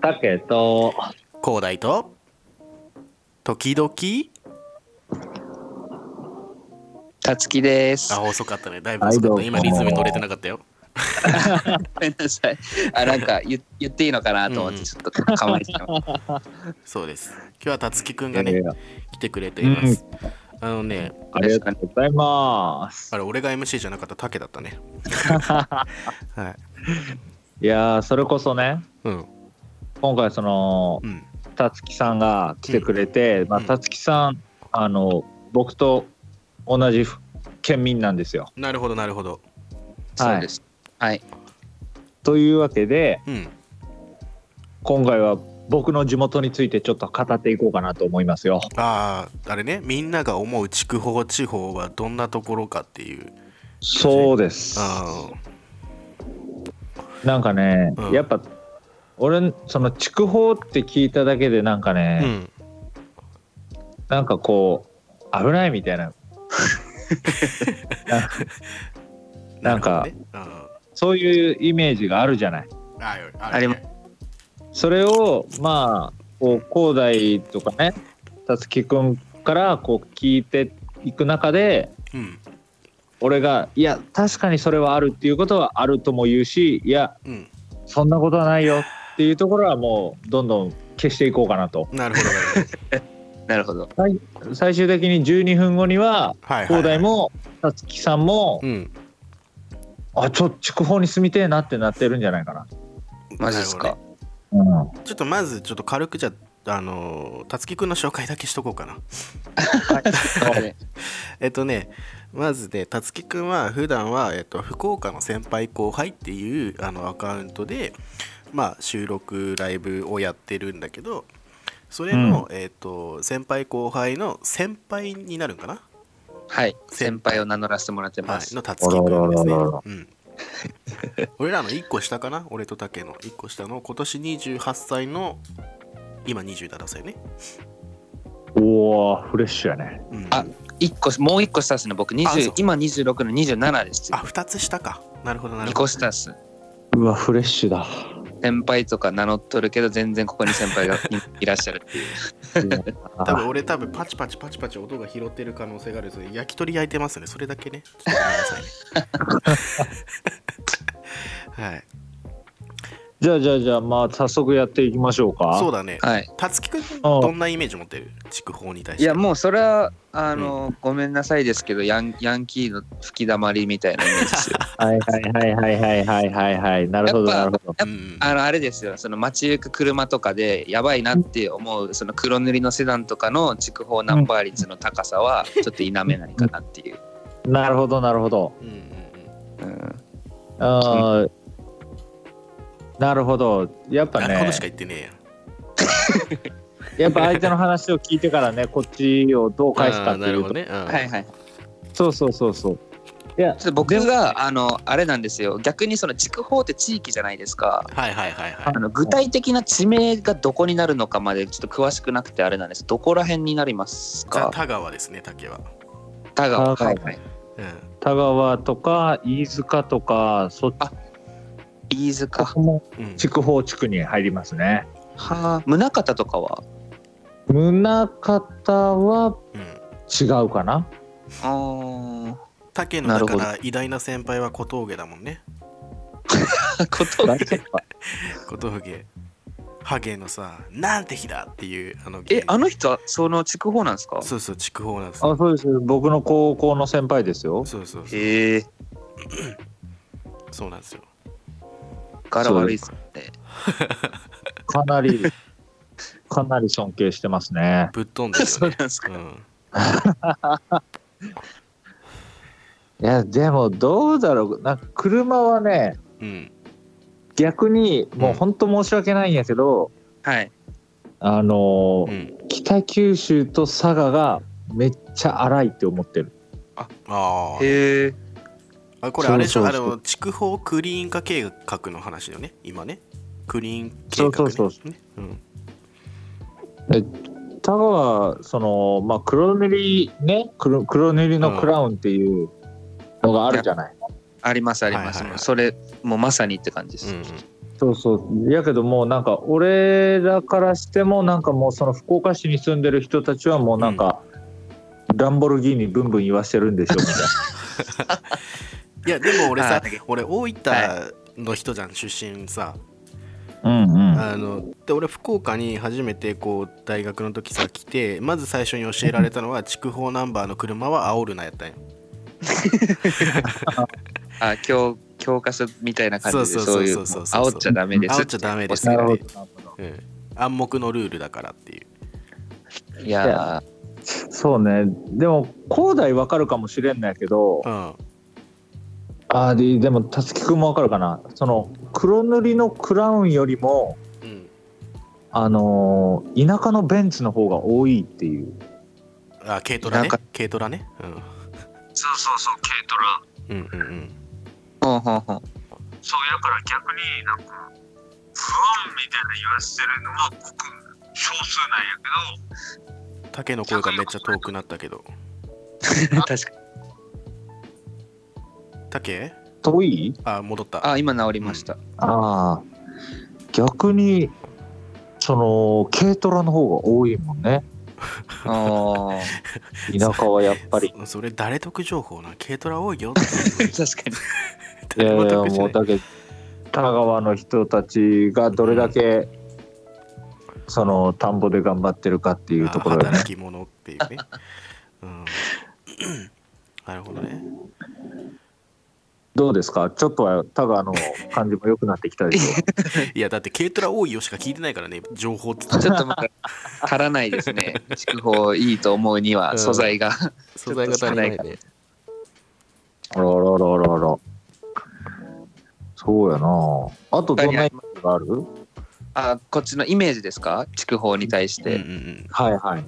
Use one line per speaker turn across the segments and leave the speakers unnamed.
たけど、
広大と時々
たつきです。
あ遅かったねだいぶ遅かっ
は
た
いどう
今
も
リズム取れてなかったよ
ごめんなさい。あ、なんか言言っていいのかなと思っ
うんう
て、
ん
ちょっと構えてた。
そうです今日はたつきくん
い
が
やい
ね
や
来てくれています、あのね
ありがとうございます
あ。れ俺が MC じゃなかったタケだっ たねはい
いやー、それこそね、
うん
今回その
う、ん
たつきさんが来てくれて、まあ、
うん
たつきさん、あの、僕と同じ県民なんですよ。
なるほどなるほど
そうです。はい。
というわけで、
うん
今回は僕の地元についてちょっと語っていこうかなと思いますよ。
あああれねみんなが思う筑豊地方はどんなところかっていう
そうです。
あー
なんかね、
うん
やっぱ俺その筑豊って聞いただけでなんかね、
うん
なんかこう危ないみたいななんか
なるほどねあ
そういうイメージがあるじゃない。
ーあー
あれも
それをまあこう広大とかねたつきくんからこう聞いていく中で
うん
俺がいや確かにそれはあるっていうことはあるとも言うしいや
うん
そんなことはないよっていうところはもうどんどん消していこうかなと
なるほどなるほど
なるほど。
最終的に12分後には
はいはい、
広
はい、
大もたつきさんも
うん
あちょっと筑豊に住みてえなってなってるんじゃないかな、
マジです
なる
か
ほ。
うん、
どねちょっとまずちょっと軽くじゃあのーたつきくんの紹介だけしとこうかな
はい
えっとねまずねたつきくんは普段はえっと福岡の先輩後輩っていうあのアカウントでまあ収録ライブをやってるんだけどそれの、えっと先輩後輩の先輩になるんかな
はい。先輩を名乗らせてもらって
は
ます
い、。のたつきくんですね。
あらららら
うん 俺らの1個下かな俺と竹の1個下の今年28歳の今27歳ね。
おおフレッシュやね
うん
あ一個もう一個下っすね僕
あそ
20
う
今26の27です
あ2つ下か。なるほどなる
2
ほ
個
ど。
下っす
うわフレッシュだ
先輩とか名乗っとるけど全然ここに先 輩がいらっしゃるっていう
多分俺多分パチパチパチパチ音が拾ってる可能性があるそれ焼き鳥焼いてますね。それだけね。ちょっとごめんなさいね。 はい、
じゃあじゃあじゃあまあ早速やっていきましょうか
そう
だ
だね。
はい
たつきくんどんなイメージ持ってる筑豊に対し
い
て。
やもうそれはあの、ごめんなさいですけどヤンヤンキーの吹きだまりみたいなイメージですよ
はいはいはいはいはいはいはいなるほどな
やっぱ
るほど
やっ
うん
あのあれですよその街行く車とかでやばいなって思うその黒塗りのセダンとかの筑豊ナンバー率の高さはちょっと否めないかなっていう、
なるほどなるほど
うんうん
うん、
あーなるほどやっ
うん
ぱ
なるほど
ね
しか言ってねえや。
やっぱ相手の話を聞いてからねこっちをどう返すか
あ
っ
ー
て
なる
いう
ほど
と
ね。うん
はいはい
そうそうそうそういや
ちょっと僕があのあれなんですよ逆にその筑豊って地域じゃないですか
はいはいはいはい
あ。の具体的な地名がどこになるのかまでちょっと詳しくなくてあれなんですどこら辺になります
ザ・
か
田川ですね、竹は。
田川
田川
はいはい
うん。
田川とか飯塚とかそっち
飯塚
も
うん、
筑豊地区に入りますね。
はあ宗像とかは
宗像は
うん
違うかな。
あ ー
竹の
な
だ
るほ
か
ど
ら偉大な先輩は小峠だもんね。
小峠
小峠。ハゲのさ、なんて日だっていうあの芸
え
人
あの人はその筑豊なんですか
そうそう、筑豊なんですよ
あ、そうです。僕の高校の先輩ですよ。
そうそう、
へえ
そうなんですよ。
柄悪いっすね
かなりかなり尊敬してますね。
ぶっ飛んでる
そう
よね。
なんですか
うん、
いやでもどうだろう。なんか車はね、
うん、
逆にもう
うん
本当申し訳ないんやけど、
はい
あのー
うん。
北九州と佐賀がめっちゃ荒いって思ってる。
あー
へえ
あ、これあれでしょ、
そ
あ
うそうそう
の、筑豊クリーン化計画の話だよね、今ね。クリーン計画、ね。
そうそうそう
ねうん。
田川そのまあ黒塗りね黒黒塗りのクラウンっていうのがあるじゃない。
ありますあります、
はいはいはい
それもうまさにって感じです、
うん
そうそうやけどもうなんか俺らからしてもなんかもうその福岡市に住んでる人たちはもうなんか、ランボルギーニブンブン言わしてるんでしょみたい
いやでも俺さ
は
俺大分
は
の人じゃん出身さ
な うんうん
あので俺福岡に初めてこう大学の時さ来てまず最初に教えられたのは筑豊ナンバーの車は煽るなやったんよ
あ教教科書みたいな感じで
そ
そう
そう
うい
そう
う
そ
もう
うそうそう
煽っちゃダメです
煽っちゃダメです
なるほど
うん、暗黙のルールだからっていう
いやー
そうねでも高台わかるかもしれんのやけど、
うん
あーででもたつきくんもわかるかなその黒塗りのクラウンよりも
うん
あのー田舎のベンツの方が多いっていう
あ軽トラね
なんか
軽トラねうん
そうそうそう軽トラ
うんうんうん
ほんほんほん
そうやから逆になんか不安みたいな言わしてるのは僕少数なんやけど
タケの声がめっちゃ遠くなったけど
確かに
タケ
遠い
あ戻った
あ今治りました、
ああ逆にその軽トラの方が多いもんね
ああ
田舎はやっぱり
そそれ誰得情報な軽トラ多いよって
確か
い
に
やい
誰も
や
得じゃ
も
な
う
い
だけど田川の人たちがどれだけその田んぼで頑張ってるかっていうところ
あ
だよね
働き者っていうね、うん、なるほどね
どうですかちょっとは田川の感じも良くなってきたでし
いやだって軽トラ多いよしか聞いてないからね情報って
ちょっとまだ足らないです ね筑豊いいと思うに
う
は
ん
素材が、
素材が足りないね
ょあらあらあらあらあらそうやなあとどんな意味がある
あこっちのイメージですか筑豊に対して、
うんうんうん
はいはい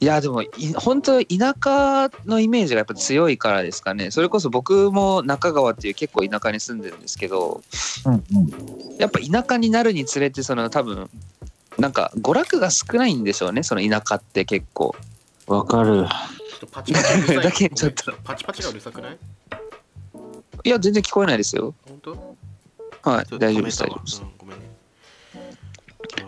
いやでもい本当田舎のイメージがやっぱ強いからですかねそれこそ僕も中川っていう結構田舎に住んでるんですけど
うんうん
やっぱ田舎になるにつれてその多分なんか娯楽が少ないんでしょうねその田舎って結構
わかる
ちょっとパチパチうるさい
だけちょっと
パチパチがうるさくない
いや全然聞こえないですよ
本当
は
ちょ
い
っと
大
止
丈夫
め
です
た
大
わ
丈夫です
うんごめんねう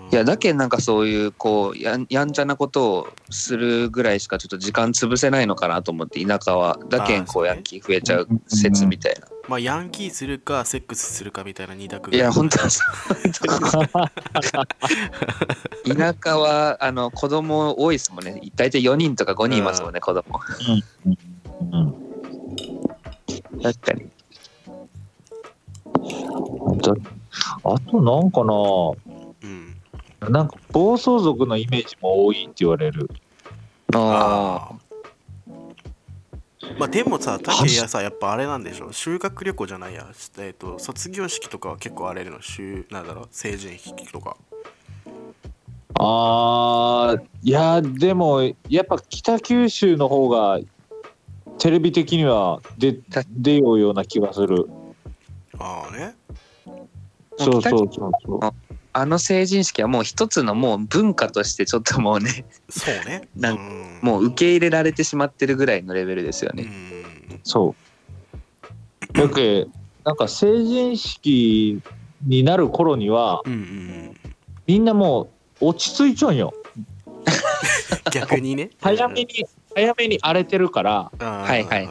ん
いやだけんなんかそういうこうやんやんちゃなことをするぐらいしかちょっと時間潰せないのかなと思って田舎はだけんこう
あーそうね
ヤンキー増えちゃう説みたいな、
まあヤンキーするかセックスするかみたいな二択
いや本
当
当にそう本当に田舎はあの子供多いですもんね大体4人とか5人いますもんね、子供
うん
確かに
だあとなんかな
うん
なんか暴走族のイメージも多いって言われる
あ
あーまあでもさ、タケやさ、やっぱあれなんでしょ修学旅行じゃないや。えっと、卒業式とかは結構あれの、修、なんだろう、成人式とか。
あーいやでもやっぱ北九州の方がテレビ的には出
た
出ようような気がする
ああね。
も
そうう
北
そうそうそう
あの成人式はもう一つのもう文化としてちょっともうね
そうね。
なん
うん
もう受け入れられてしまってるぐらいのレベルですよ
う
ね、
ん。
そうだけなんか成人式になる頃には
うんうんうん。
みんなもう落ち着いちゃうんよ
逆にね。
早めに早めに荒れてるから
うん。は
はいはい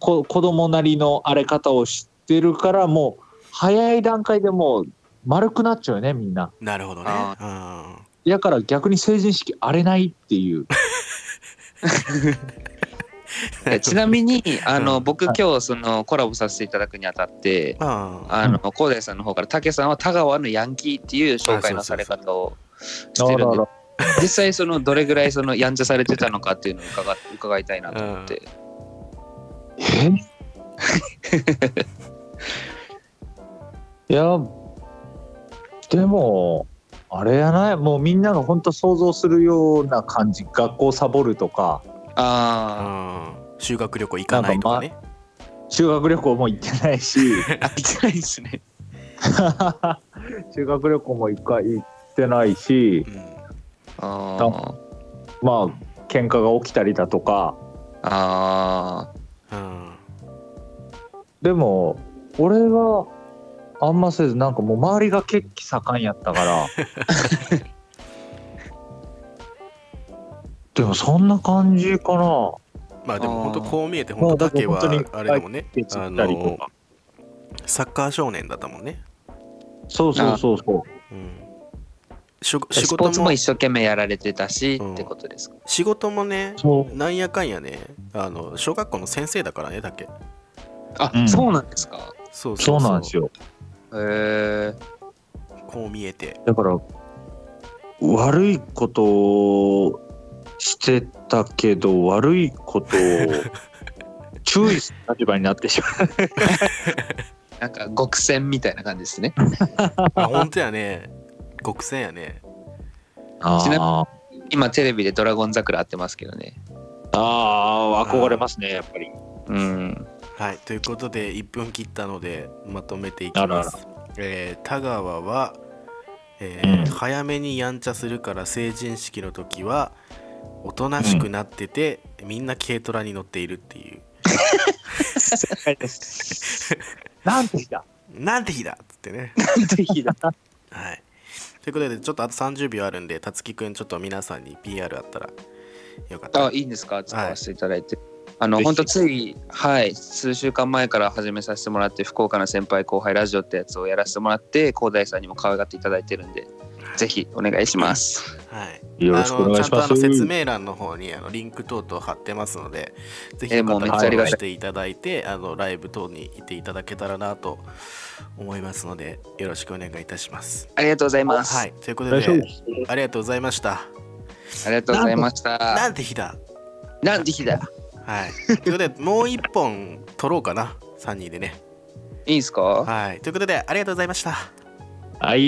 こ子供なりの荒れ方を知ってるからもう早い段階でもう丸くなっちゃうよねみんな。
なるほどね。うん。
だから逆に成人式荒れないっていう。
えちなみにあの、
うん
僕今日そのコラボさせていただくにあたって
あ
あの高大さんの方から武さんは田川のヤンキーっていう紹介のされ方をしてるんで実際そのどれぐらいそのやんちゃされてたのかっていうのを伺伺いたいなと思って、
え いやでもあれやないもうみんなが本当想像するような感じ学校サボるとか
あ。う
あ
ん。修学旅行行かないとかね。
修学旅行も行ってないし
ああいけないですね
修学旅行も行か行ってないし
うん。
あー
まあ喧嘩が起きたりだとか
あ
うん。
でも俺はあんませずなんかもう周りが血気盛んやったから でもそんな感じかな
まあでも本当こう見えて
ま
本
あだ
当
から
竹は
本当に
あれだもんね
血
あ
ったりと
の
か
サッカー少年だったもんね、
そうそうそうそう
うん、しょ仕
スポーツ
事も
も一生懸命やられてたし、
うん
ってことですか。
仕事もね
そう
なんやかんやねあの小学校の先生だからね竹
あ、
うん
そうなんですか。
そう
そ
そううそう
なんですよ
へえ。
こう見えて
だから悪いことをしてたけど悪い ことを注意する立場になってしまう
なんか極戦みたいな感じですね。
あ本当やね極戦やね
あ
ちなみに
ー
今テレビでドラゴン桜合ってますけどね。
あー憧れますねやっぱり
うん。
はい、ということで1分切ったのでまとめていきます。えー田川は、えー
うん
早めにやんちゃするから成人式の時はおとなしくなってて、みんな軽トラに乗っているっていう。
なんてした
なんて日だっつってね。はい、ということでちょっとあと30秒あるんでたつきくんちょっと皆さんに PR あったらよかった
あ
ら、。
いいんですか使わせていただいて。あの本当つい、はい、数週間前から始めさせてもらって福岡の先輩後輩ラジオってやつをやらせてもらって広大さんにも可愛がっていただいてるんでぜひお願いします。
はい、
よろしくお願いしま
あのちゃんとあの
す
説明欄の方にあのリンク等々貼ってますので、ぜひ
えーもう
また
めっちゃありがたい
していただいて、あのライブ等に行っていただけたらなと思いますので、よろしくお願いいたします。
ありがとうございます。
はい、というこ
お
と
願いしま
で、
す
ありがとうございました。
ありがとうございました。
な
なん
て日だ
なんで日だ
はい。ということで、もう一本取ろうかな、3人でね。
いいんすか
はい、ということで、ありがとうございました。
はい